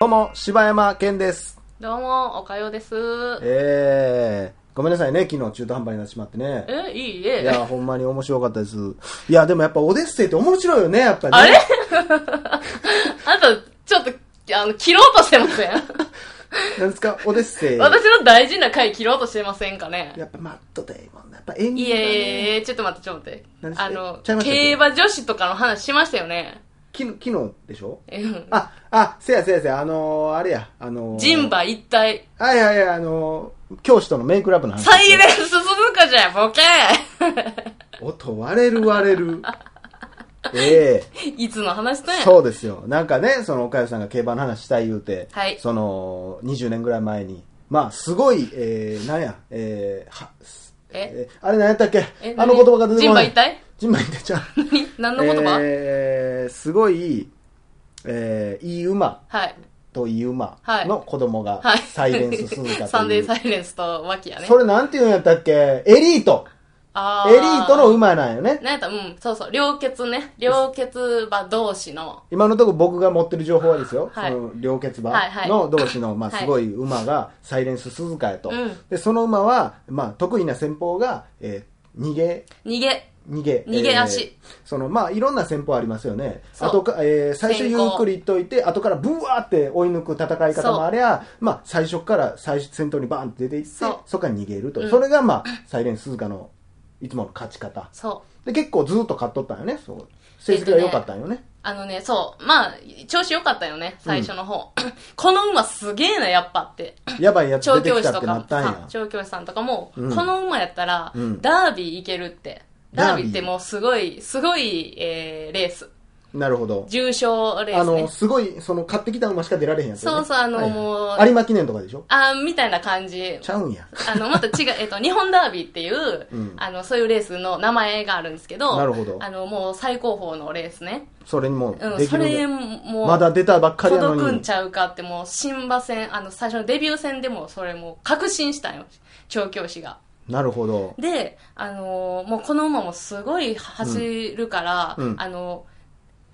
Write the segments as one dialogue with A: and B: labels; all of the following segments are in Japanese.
A: どうも、柴山健です。
B: どうも、おかようです。
A: えー、ごめんなさいね、昨日中途半端になってしまってね。
B: え、いい
A: い
B: え。
A: や、ほんまに面白かったです。いや、でもやっぱオデッセイって面白いよね、やっぱり、ね。
B: あれ あんた、ちょっと、あの、切ろうとしてません
A: なんですか、オデッセイ。
B: 私の大事な回切ろうとしてませんかね
A: やっぱマットデイモン、やっぱ演技
B: い
A: が
B: や
A: ね、
B: いやいやちょっと待って、ちょっと待
A: 何
B: っ
A: し
B: て。
A: て
B: あの、
A: ちゃいましたっけ
B: 競馬女子とかの話しましたよね。
A: き昨日でしょ
B: うん
A: あ、あ、せやせやせや、あのー、あれや、あのー、
B: 人馬一体、
A: はいはいはい、あのー、教師とのメイクラブの話。
B: サイレンス鈴鹿じゃん、ボケ
A: 音割れる割れる。え
B: いつの話
A: え
B: だよ。
A: そうですよ。なんかね、その、岡谷さんが競馬の話したい言うて、
B: はい
A: その、20年ぐらい前に、まあ、すごい、えー、なんや、えー、は、え
B: え
A: ーあれ何やったっけ
B: え
A: あの言葉が出てこない。
B: 人馬一体
A: 人馬一体ちゃう。
B: 何の言葉、
A: えー、すごい、えー、いい馬
B: はい。
A: といい馬
B: はい
A: の子供が
B: はい。
A: サイレンス鈴鹿という、
B: サンデーサイレンスと脇やね。
A: それなんて言うんやったっけエリート
B: あ
A: エ
B: ー
A: リートの馬なんよね。
B: なんやったうん、そうそう、両血ね。両血馬同士の。
A: 今のところ僕が持ってる情報はですよ、
B: はい
A: その両血
B: はい
A: 馬
B: はい
A: の同士の、まあ、
B: はい
A: すごい馬がサイレンス鈴鹿やと、
B: うん
A: でその馬は、まあ、得意な戦法が、えー逃げ
B: 逃げ。
A: 逃げ
B: 逃げ足
A: えーそのまあいろんな戦法ありますよね
B: そう
A: 後か、えー最初
B: 先
A: ゆ
B: 行
A: っくりいっといて後からブワーって追い抜く戦い方もありゃまあ最初から最初先頭にバーンって出ていって
B: そう
A: そこから逃げると、
B: うん
A: それがまあサイレンス鈴鹿のいつもの勝ち方
B: そ
A: で結構ずっと勝っとったんよねそう成績が良かったんよね
B: う。あのね、そう。まあ、調子良かったよね、最初の方。 この馬すげえな、やっぱって。
A: やばいやつ
B: 調
A: 出て
B: 教
A: き
B: 師
A: たっ
B: と
A: てな
B: か
A: ったん
B: さ
A: や、。
B: 調教師さんとかも、
A: うん
B: この馬やったら、
A: うん
B: ダービー行けるって。
A: ダ
B: ダ
A: ー
B: ー
A: ビー
B: ビーってもうすごい、すごい、えー、レース。
A: なるほど。
B: 重賞レ
A: あ
B: ース
A: の、
B: ね。
A: すごい、その、買ってきた馬しか出られへんやつ、ね。
B: そうそうあの
A: はい
B: もう
A: 有馬記念とかでしょ
B: あみたいな感じ。
A: ちゃうんや。
B: あの、また違う、え っと、日本ダービーっていう、
A: うん
B: あの、そういうレースの名前があるんですけど、
A: なるほど
B: あの、もう最高峰のレースね。
A: それにも
B: う、
A: うんでき
B: そ
A: るん
B: れ
A: や、
B: もう、
A: まだ出たばっかりやの
B: 届
A: に。
B: くんちゃうかって、もう、新馬戦、あの、最初のデビュー戦でも、それもう確信したんよ、調教師が。
A: なるほど。
B: で、あのーもうこの馬もすごい走るから、
A: うんうん
B: あの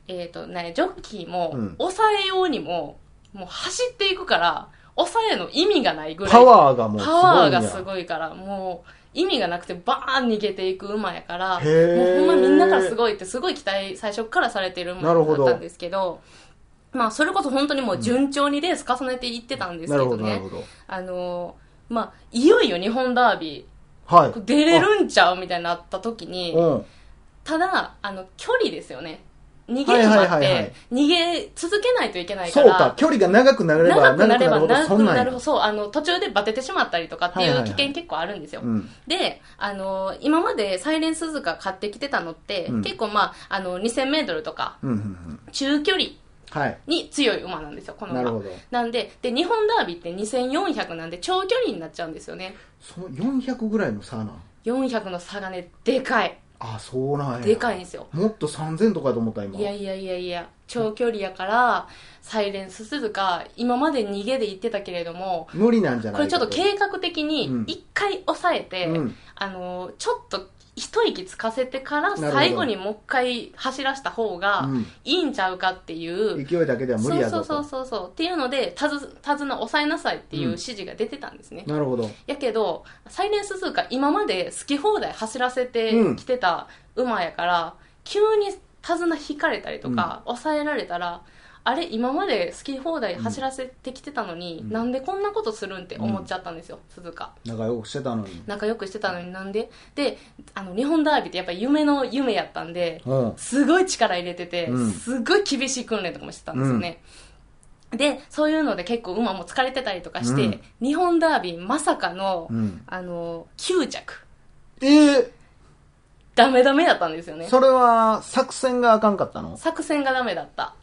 B: ーえっ、とね、ジョッキーも
A: うん、
B: 抑えようにも、もう走っていくから、抑えの意味がないぐらい。
A: パワーがもうすごい
B: パ
A: んや。
B: ワーがすごいから、もう、意味がなくてバーン逃げていく馬やから、も
A: へー
B: うほんまみんなからすごいって、すごい期待、最初からされてる馬
A: なるほど
B: だったんですけど、まあ、それこそ本当にもう順調にレース重ねていってたんです
A: な
B: け
A: るほ
B: ど
A: ど、なる
B: ね
A: ほ。ど。
B: あのー、まあ、いよいよ日本ダービ
A: はい
B: ー、。出れるんちゃうみたいになった時に、
A: うん。
B: ただ、あの、距離ですよね。逃
A: はい
B: げる
A: はい
B: 馬
A: は
B: っ
A: いはい
B: て、逃げ続けないといけないか
A: そう
B: ら、
A: か、距離が長くなれば
B: 長くなれば
A: 長くなるほど、
B: 長
A: そ
B: く
A: んなん
B: な
A: や
B: るほど、そう、あの、途中でバテてしまったりとかって
A: はいはいいうはい
B: 危険結構あるんですよ。
A: うん。
B: で、あの、今までサイレンスズカ買ってきてたのって、
A: うん
B: 結構まあ、あの、2000メートルとか、
A: うん、うん、うん。
B: 中距離
A: はい。
B: に強い馬なんですよ、この
A: なるほ
B: 馬。
A: ど。
B: なんで、で、日本ダービーって2400なんで、長距離になっちゃうんですよね。
A: その400ぐらいの差なん。
B: 400の差がね、でかい。
A: あ、そうなんや。
B: でかいんですよ。
A: もっと3000とかやと思った、今。
B: いやいやいやいや、長距離やから、サイレンスズカ、今まで逃げで行ってたけれども、
A: 無理なんじゃない
B: これちょっと計画的に
A: うん
B: 一回抑えて、
A: うん
B: あのーちょっと一息つかせてか
A: な
B: ら
A: るほど
B: 最後にもう一回走らした方が
A: うん
B: いいんちゃうかっていう、
A: 勢いだけでは無
B: そ
A: 理
B: う
A: やぞ
B: そう
A: と。
B: そうそうそうっていうので手綱手綱抑えなさいっていう指示が出てたんですね、
A: なるほど。
B: やけどサイレンスズカ今まで好き放題走らせて
A: うん
B: きてた馬やから、急に手綱引かれたりとか、抑えられたらあれ今まで好き放題走らせてきてたのに、
A: うん
B: なんでこんなことするんって思っちゃったんですよ、鈴鹿
A: 仲良くしてたのに。
B: 仲良くしてたのになんでであの日本ダービーってやっぱり夢の夢やったんで
A: うん。
B: すごい力入れてて、
A: うん
B: すごい厳しい訓練とかもしてたんですよね、でそういうので結構馬も疲れてたりとかして、
A: うん
B: 日本ダービーまさかの、
A: うん。
B: あの9着
A: ええ
B: ダメダメだったんですよね
A: それは作戦があかんかったの
B: 作戦がダメだったあ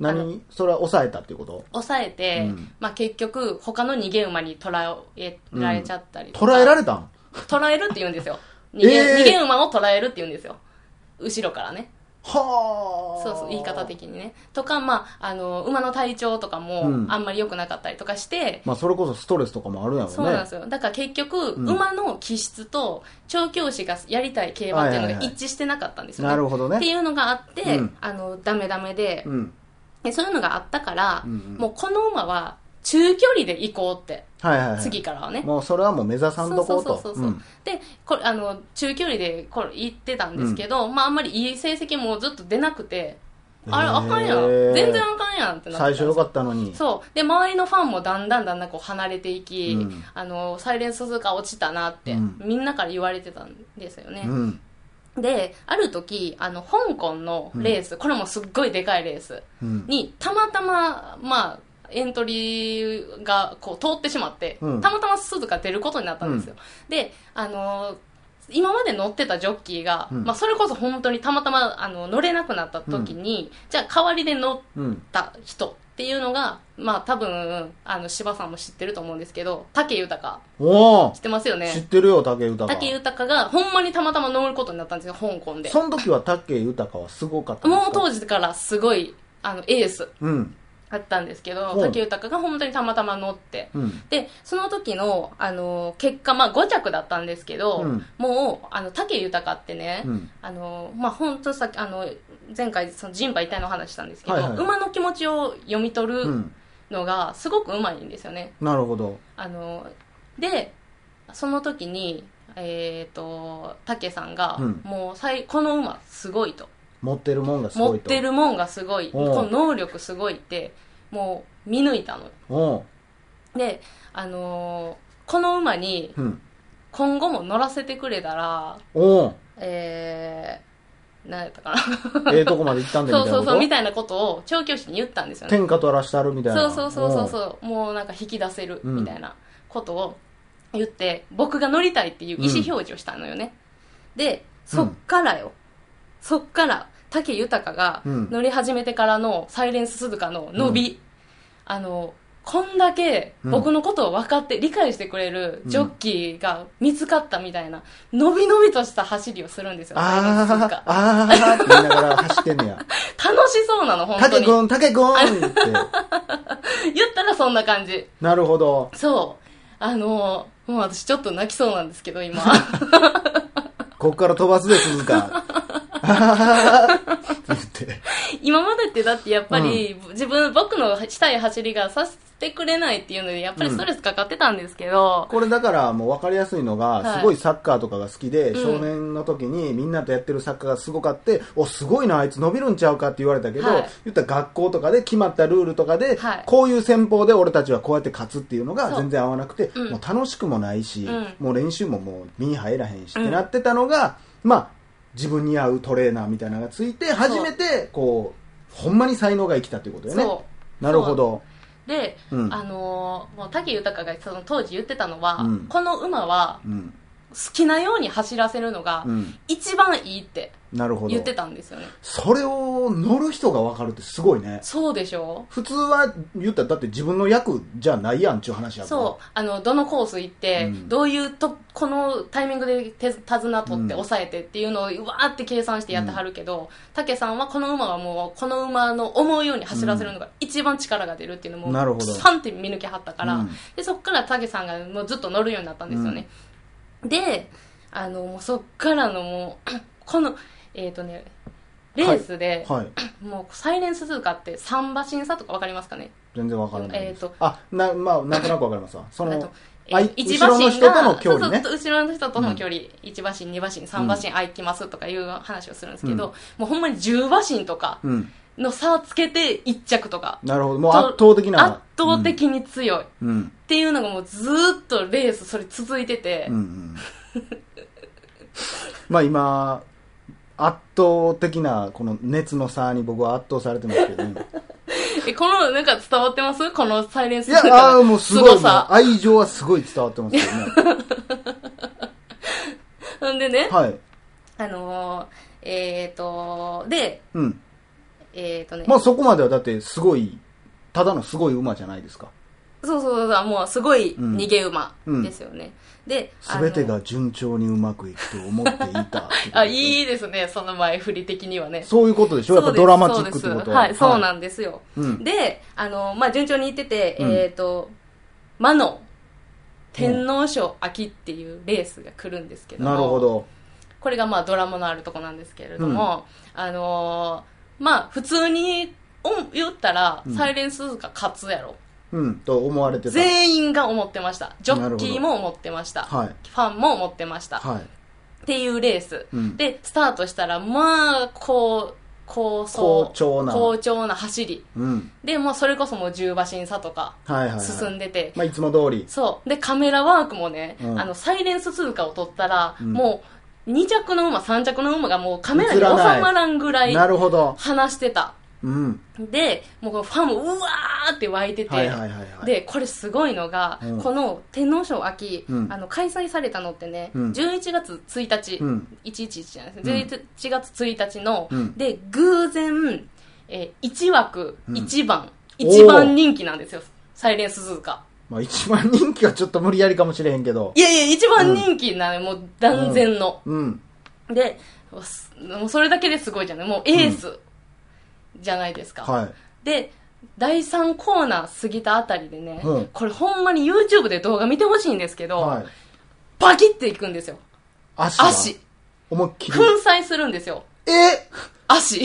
A: 何それは抑えたっていうこと
B: 抑え
A: う
B: て、
A: ん
B: まあ、結局他の逃げ馬に捕らえられちゃったりとか、
A: 捉えられたん
B: 捕らえるって言うんですよ逃げ,、
A: えー
B: 逃げ馬を捕らえるって言うんですよ後ろからね
A: はあ
B: そうそう言い方的にねとか、まあ、あの馬の体調とかも
A: うん
B: あんまり良くなかったりとかして、
A: まあそれこそストレスとかもあるやろね
B: そうなんですよだから結局、
A: うん
B: 馬の気質と調教師がやりたい競馬っていうのが一致してなかったんですよね、
A: なるほどね
B: っていうのがあって、
A: うん
B: あのダメダメで,、
A: うん
B: でそういうのがあったから、
A: うんうん
B: もうこの馬は中距離で行こうって
A: はいはい、はい、
B: 次からはね、
A: もうそれはもう目指さん
B: そう
A: と
B: そ
A: こ
B: う
A: うと
B: そうそう、でこれあの中距離でこれ行ってたんですけど、まああんまりいい成績もずっと出なくてあれ
A: へ
B: あ
A: ー
B: かんやん全然あかんやんっ
A: う
B: て
A: ん最
B: なってたんです
A: 初
B: よ
A: 良かったのに
B: そうで周りのファンもだんだんだんだんこう離れていき、
A: うん
B: あのサイレンス鈴鹿落ちたなって、
A: うん
B: みんなから言われてたんですよね、
A: うん
B: である時あの香港のレース、これもすっごいでかいレース
A: うん
B: にたまたままあエントリーがこう通ってしまって、
A: うん
B: たまたま鈴鹿出ることになったんですよ、であのー今まで乗ってたジョッキーが、
A: うん
B: まあ、それこそ本当にたまたまあの乗れなくなった時に、じゃあ代わりで乗っ
A: うん
B: た人っていうのが、まあ、多分あの柴さんも知ってると思うんですけど武豊
A: おお
B: 知ってますよ
A: 知っ
B: ね
A: てるよ武豊
B: 武豊がほんまにたまたま乗ることになったんですよ香港で
A: その時は武豊はすごかったんです
B: も
A: か
B: う当時からすごいあのエース
A: うん
B: あったんですけど
A: うん
B: 武豊が本当にたまたま乗って
A: うん
B: でその時の、あの結果、まあ、5着だったんですけど、
A: うん
B: もうあの武豊ってね、
A: うん
B: あのまあ、本当さっきあの前回その人馬一体の話したんですけど、
A: はいはい
B: 馬の気持ちを読み取
A: う
B: る
A: ん
B: のがすごくうまいんですよね。
A: なるほど
B: あのでその時にえー、と武さんが、
A: うん
B: もうさいこの馬すごいと
A: 持ってるもんがすご
B: 持っ
A: いと
B: てるもんがすごいこ
A: おう
B: の能力すごいってもう見抜いたの
A: おう
B: で、あのーこの馬に
A: うん
B: 今後も乗らせてくれたら、
A: おう
B: えー、何やったか
A: ええとこまで行ったん
B: な
A: でみ
B: そ
A: たいな
B: う
A: こ
B: そう
A: と
B: そうみたいなことを調教師に言ったんですよね
A: 天下取らしてあるみたい
B: そ
A: な
B: うそうそうそうそうもうなんか引き出せる
A: うん
B: みたいなことを言って、僕が乗りたいっていう意思表示をしたのよね、でそっからよ、そっから武豊が
A: うん
B: 乗り始めてからのサイレンス鈴鹿の伸び、あのこんだけ僕のことを分かって理解してくれるジョッキーが見つかったみたいな、伸び伸びとした走りをするんですよ、サイレンス鈴
A: あ
B: 鹿。
A: あーあーって言いながら走ってんねや
B: 楽しそうなの、本当
A: 武
B: に。
A: くん武くんって
B: 言ったらそんな感じ。
A: なるほど
B: そう。あのーもう私ちょっと泣きそうなんですけど、 今。
A: こっから飛ばすで鈴鹿ああーって言って
B: 今までってだってやっぱり、自分、僕のしたい走りがさせてくれないっていうので、やっぱりストレスかかってたんですけど、
A: これだからもう分かりやすいのが、
B: はい
A: すごいサッカーとかが好きで、
B: うん
A: 少年の時にみんなとやってるサッカーがすごかって、お、すごいな、あいつ伸びるんちゃうかって言われたけど、
B: はい
A: 言ったら学校とかで決まったルールとかで、
B: はい
A: こういう戦法で俺たちはこうやって勝つっていうのが
B: そう
A: 全然合わなくて、
B: うん
A: もう楽しくもないし、
B: うん
A: もう練習ももう身に入らへんし、
B: うん
A: ってなってたのが、まあ、自分に合うトレーナーみたいなのがついて、初めて、こう、ほんまに才能が生きたということよね。
B: そう。
A: なるほど。
B: そう。で、
A: うん
B: あのーもう武豊がその当時言ってたのは、
A: うん
B: この馬は
A: うん。
B: 好きなように走らせるのが
A: うん。
B: 一番いいって
A: なるほど。
B: 言ってたんですよね。
A: それを乗る人が分かるってすごいね。
B: そうでしょ
A: 普通は言ったらだって自分の役じゃないやんっちゅう話やから
B: そうあのどのコース行って、
A: うん
B: どういうとこのタイミングで手手綱取
A: うん
B: って抑えてっていうのをうわーって計算してやってはるけど武、さんはこの馬はもうこの馬の思うように走らせるのが一番力が出るっていうのも
A: なるほど
B: サンって見抜きはったから、
A: うん
B: でそこから武さんがもうずっと乗るようになったんですよね、であのもうそっからのもう このえっ、とねレースで、
A: はい
B: もうサイレンス通過って三馬審査とかわかりますかね
A: 全然分からないです、
B: えーと
A: あなまあなんとなく分かりますわそ
B: あと
A: の
B: え
A: あ
B: ー
A: い
B: 一馬身
A: 後ろの人との
B: が、
A: 距離ね
B: そうそうそう後ろの人との距離、一馬身、二馬身、三馬身、あ、行きますとかいう話をするんですけど、
A: うん
B: もうほんまに十馬身とか
A: うん
B: の差つけて一着とか、
A: なるほどもう圧倒的な
B: 圧倒的に強い。っ
A: うんうん
B: ていうのがもうずーっとレースそれ続いてて、
A: うん、うん、まあ今圧倒的なこの熱の差に僕は圧倒されてますけどね
B: えこのなんか伝わってますこのサイレンス
A: いや
B: とか
A: ああーもうすごい
B: 凄
A: もう
B: さ
A: 愛情はすごい伝わってますけど ね
B: ほんでね、
A: はい
B: あのー、えっ、ー、とで、
A: うん
B: えっ、ー、とね、
A: まあそこまではだってすごいただのすごい馬じゃないですか
B: そうそうそう、もうすごい
A: うん
B: 逃げ馬ですよね。で、あの
A: 全てが順調にうまくいくと思っていた
B: あ、いいですね、その前振り的にはね。
A: そういうことでしょやっぱ
B: そうです
A: ドラマチックって
B: そう
A: こ
B: です
A: と
B: はい、そうなんんですよ。
A: うん
B: で、あの、まあ、順調にいってて、
A: うん
B: えっ、と、魔の天皇賞秋っていうレースが来るんですけども
A: なるほど
B: これがまあドラマのあるとこなんですけれども、あのーまあ普通にお言ったら、
A: うん
B: サイレンスズカ勝つやろ。
A: うんと思われてた
B: 全員が思ってました。ジョッキーも思ってました。フ
A: はい
B: ァンも思ってました。
A: はい
B: っていうレース。
A: うん
B: で、スタートしたら、まあ、こう、高
A: 好
B: 層、
A: 調な
B: 好調な走り。
A: うん
B: で、もうそれこそもう10馬身差とか
A: はいはい、はい、
B: 進んでて、
A: まあいつも通り
B: そう。で、カメラワークもね、
A: うん
B: あの、サイレンス通貨を取ったら、
A: うん
B: もう、2着の馬、3着の馬がもうカメラに
A: 映
B: 収
A: らない
B: まらんぐらい
A: なるほど
B: 話してた。
A: うん
B: で、もうこのファンもうわーって湧いてて、
A: はいはいはいはい
B: で、これすごいのが、
A: うん
B: この天皇賞秋、
A: うん
B: あの、開催されたのってね、
A: うん
B: 11月1日、
A: うん
B: 111じゃないですね、11月1日の、
A: うん
B: で、偶然、え1枠
A: うん
B: 1番、
A: おー
B: 一番人気なんですよ、サイレンス通貨。
A: まあ一番人気はちょっと無理やりかもしれへんけど
B: いやいや、一番人気なのよ、もう断然の。
A: うん
B: で、うわすもうそれだけですごいじゃないもうエースじゃないですか。
A: はい
B: で、第3コーナー過ぎたあたりでね、
A: うん
B: これほんまに YouTube で動画見てほしいんですけど、
A: はい
B: バキっていくんですよ。
A: 足が
B: 足。
A: 思いっきり
B: 粉砕するんですよ。
A: え
B: 足。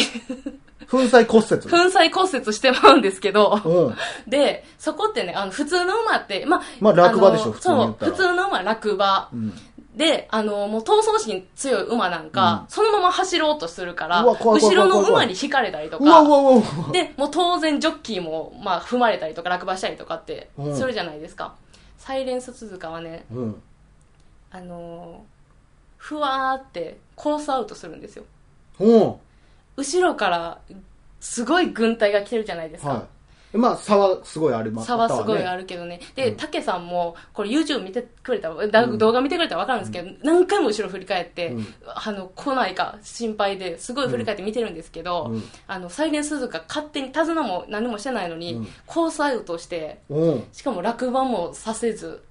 A: 粉砕骨折
B: 粉砕骨折してまうんですけど、
A: うん
B: で、そこってね、あの、普通の馬って、まあ、
A: まあ落馬でしょ
B: あの
A: 普通に言った
B: そう、
A: ら
B: 普通の馬は落馬。
A: うん
B: で、あの、もう闘争心強い馬なんか、
A: うん
B: そのまま走ろうとするから、
A: うわ怖い怖い
B: 後
A: 怖
B: ろ
A: い
B: の
A: 怖い
B: 馬に引かれたりと
A: うわ
B: か
A: う、わうわうわ
B: で、もう当然ジョッキーも、まあ、踏まれたりとか落馬したりとかって
A: うん
B: するじゃないですか。サイレンス鈴鹿はね、
A: うん
B: あのーふわーってコースアウトするんですよ。
A: うん
B: 後ろから、すごい軍隊が来てるじゃないですか。
A: はい。まあ、差はすごいあります
B: 差はすごいあ
A: る。
B: るけどね。で、
A: うん
B: たけさんも、これ YouTube 見てくれたら、だ
A: うん
B: 動画見てくれたらわかるんですけど、何回も後ろ振り返って、
A: うん
B: あの、来ないか心配で、すごい振り返って見てるんですけど、
A: うん
B: あの、サイレンスズカ勝手に手綱も何もしてないのに、
A: うん
B: コースアウトして、
A: うん。
B: しかも落馬もさせず、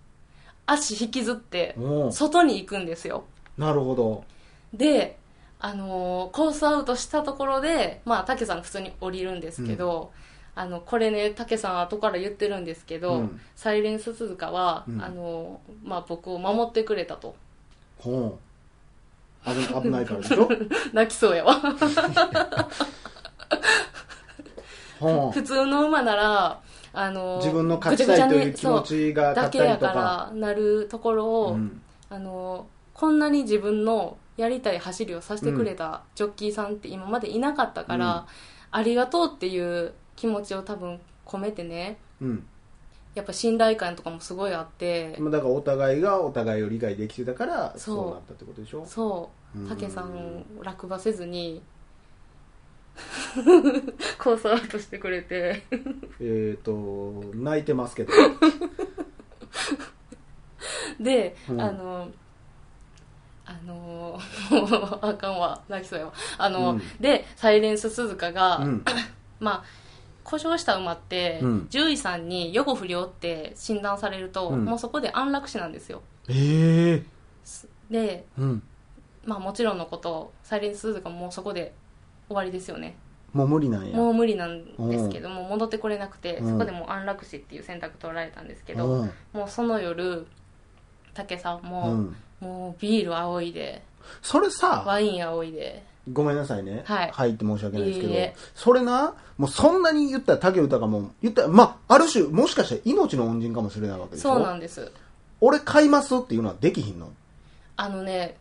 B: 足引きずって、
A: うん。
B: 外に行くんですよ。
A: なるほど。
B: で、あのーコースアウトしたところで、まあ、たけさん普通に降りるんですけど、あの、これね、たけさん後から言ってるんですけど、
A: うん
B: サイレンス鈴鹿は、
A: うん
B: あのーまあ、僕を守ってくれたと。
A: うん。あでも危ないからでし ょ
B: 泣きそうやわ。
A: うん
B: 普通の馬なら、あのー
A: 自分の勝ちたいという
B: ぐ
A: 気
B: ちゃ
A: 持
B: ぐちゃに
A: ちが
B: そ
A: 勝
B: うだ
A: っ
B: け
A: た
B: や
A: りと
B: か
A: か。
B: らなるところを、
A: うん
B: あのこんなに自分のやりたい走りをさせてくれたジョッキーさんって今までいなかったから、
A: うん
B: ありがとうっていう気持ちを多分込めてね
A: うん。
B: やっぱ信頼感とかもすごいあって、
A: まあだからお互いがお互いを理解できてたから、
B: そう
A: そうなったってことでしょ
B: そう
A: うん
B: たけさん落馬せずに コースアウトしてくれて
A: えっと、泣いてますけ ど。
B: で、
A: うん
B: あのあの あかんわ泣きそうやわあ
A: う
B: の、
A: ん
B: でサイレンス鈴鹿が、
A: うん。
B: まあ、故障した馬って、
A: うん
B: 獣医さんに予後不良って診断されると、
A: うん
B: もうそこで安楽死なんですよ。
A: ええ。
B: で、
A: うん。
B: まあもちろんのこと、サイレンス鈴鹿ももうそこで終わりですよね。
A: もう無理なんや。
B: もう無理なんですけども、戻ってこれなくて、
A: うん
B: そこでもう安楽死っていう選択取られたんですけ
A: う
B: ど、
A: ん。
B: もうその夜、竹さんも、
A: うん。
B: もうビール仰いで、
A: それさ、
B: ワイン仰いで、
A: ごめんなさいね。
B: はい
A: 入って申し訳ないですけど。
B: いえいえ
A: それな、もうそんなに言ったら竹豊もん、言ったら、まあ、ある種、もしかしたら命の恩人かもしれないわけでしょ。
B: そうなんです。
A: 俺買いますっていうのはできひんの。
B: あのね、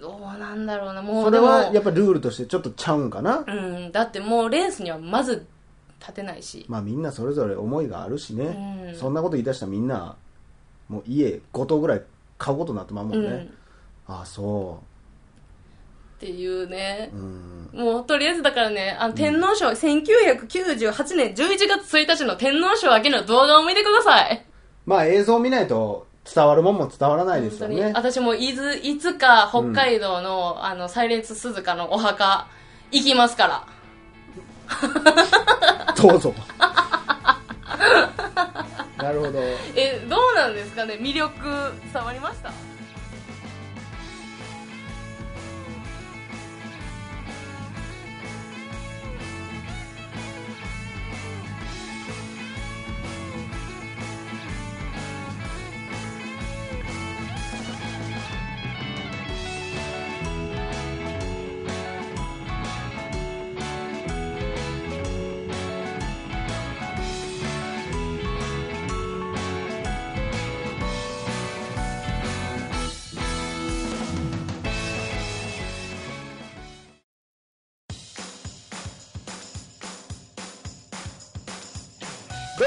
B: どうなんだろうな、もう
A: それ
B: で
A: は
B: も
A: やっぱルールとしてちょっとちゃうんかな。
B: うん、だってもうレースにはまず立てないし、
A: まあみんなそれぞれ思いがあるしね。
B: うん
A: そんなこと言い出したらみんな、もう家5棟ぐらい買うことになってまうも
B: うん
A: ね。
B: ん、っ
A: ああ、そ
B: ていうね
A: う。う、ん。
B: もうとりあえずだからね、あの天皇賞、1998年11月1日の天皇賞明けの動画を見てください。
A: まあ映像見ないと伝わるもんも伝わらないですよね。
B: 私もいずいつか北海道の、あのサイレンス鈴鹿のお墓行きますから。
A: どうぞ。 なるほど
B: えどうなんですかね魅力伝わりました
A: ど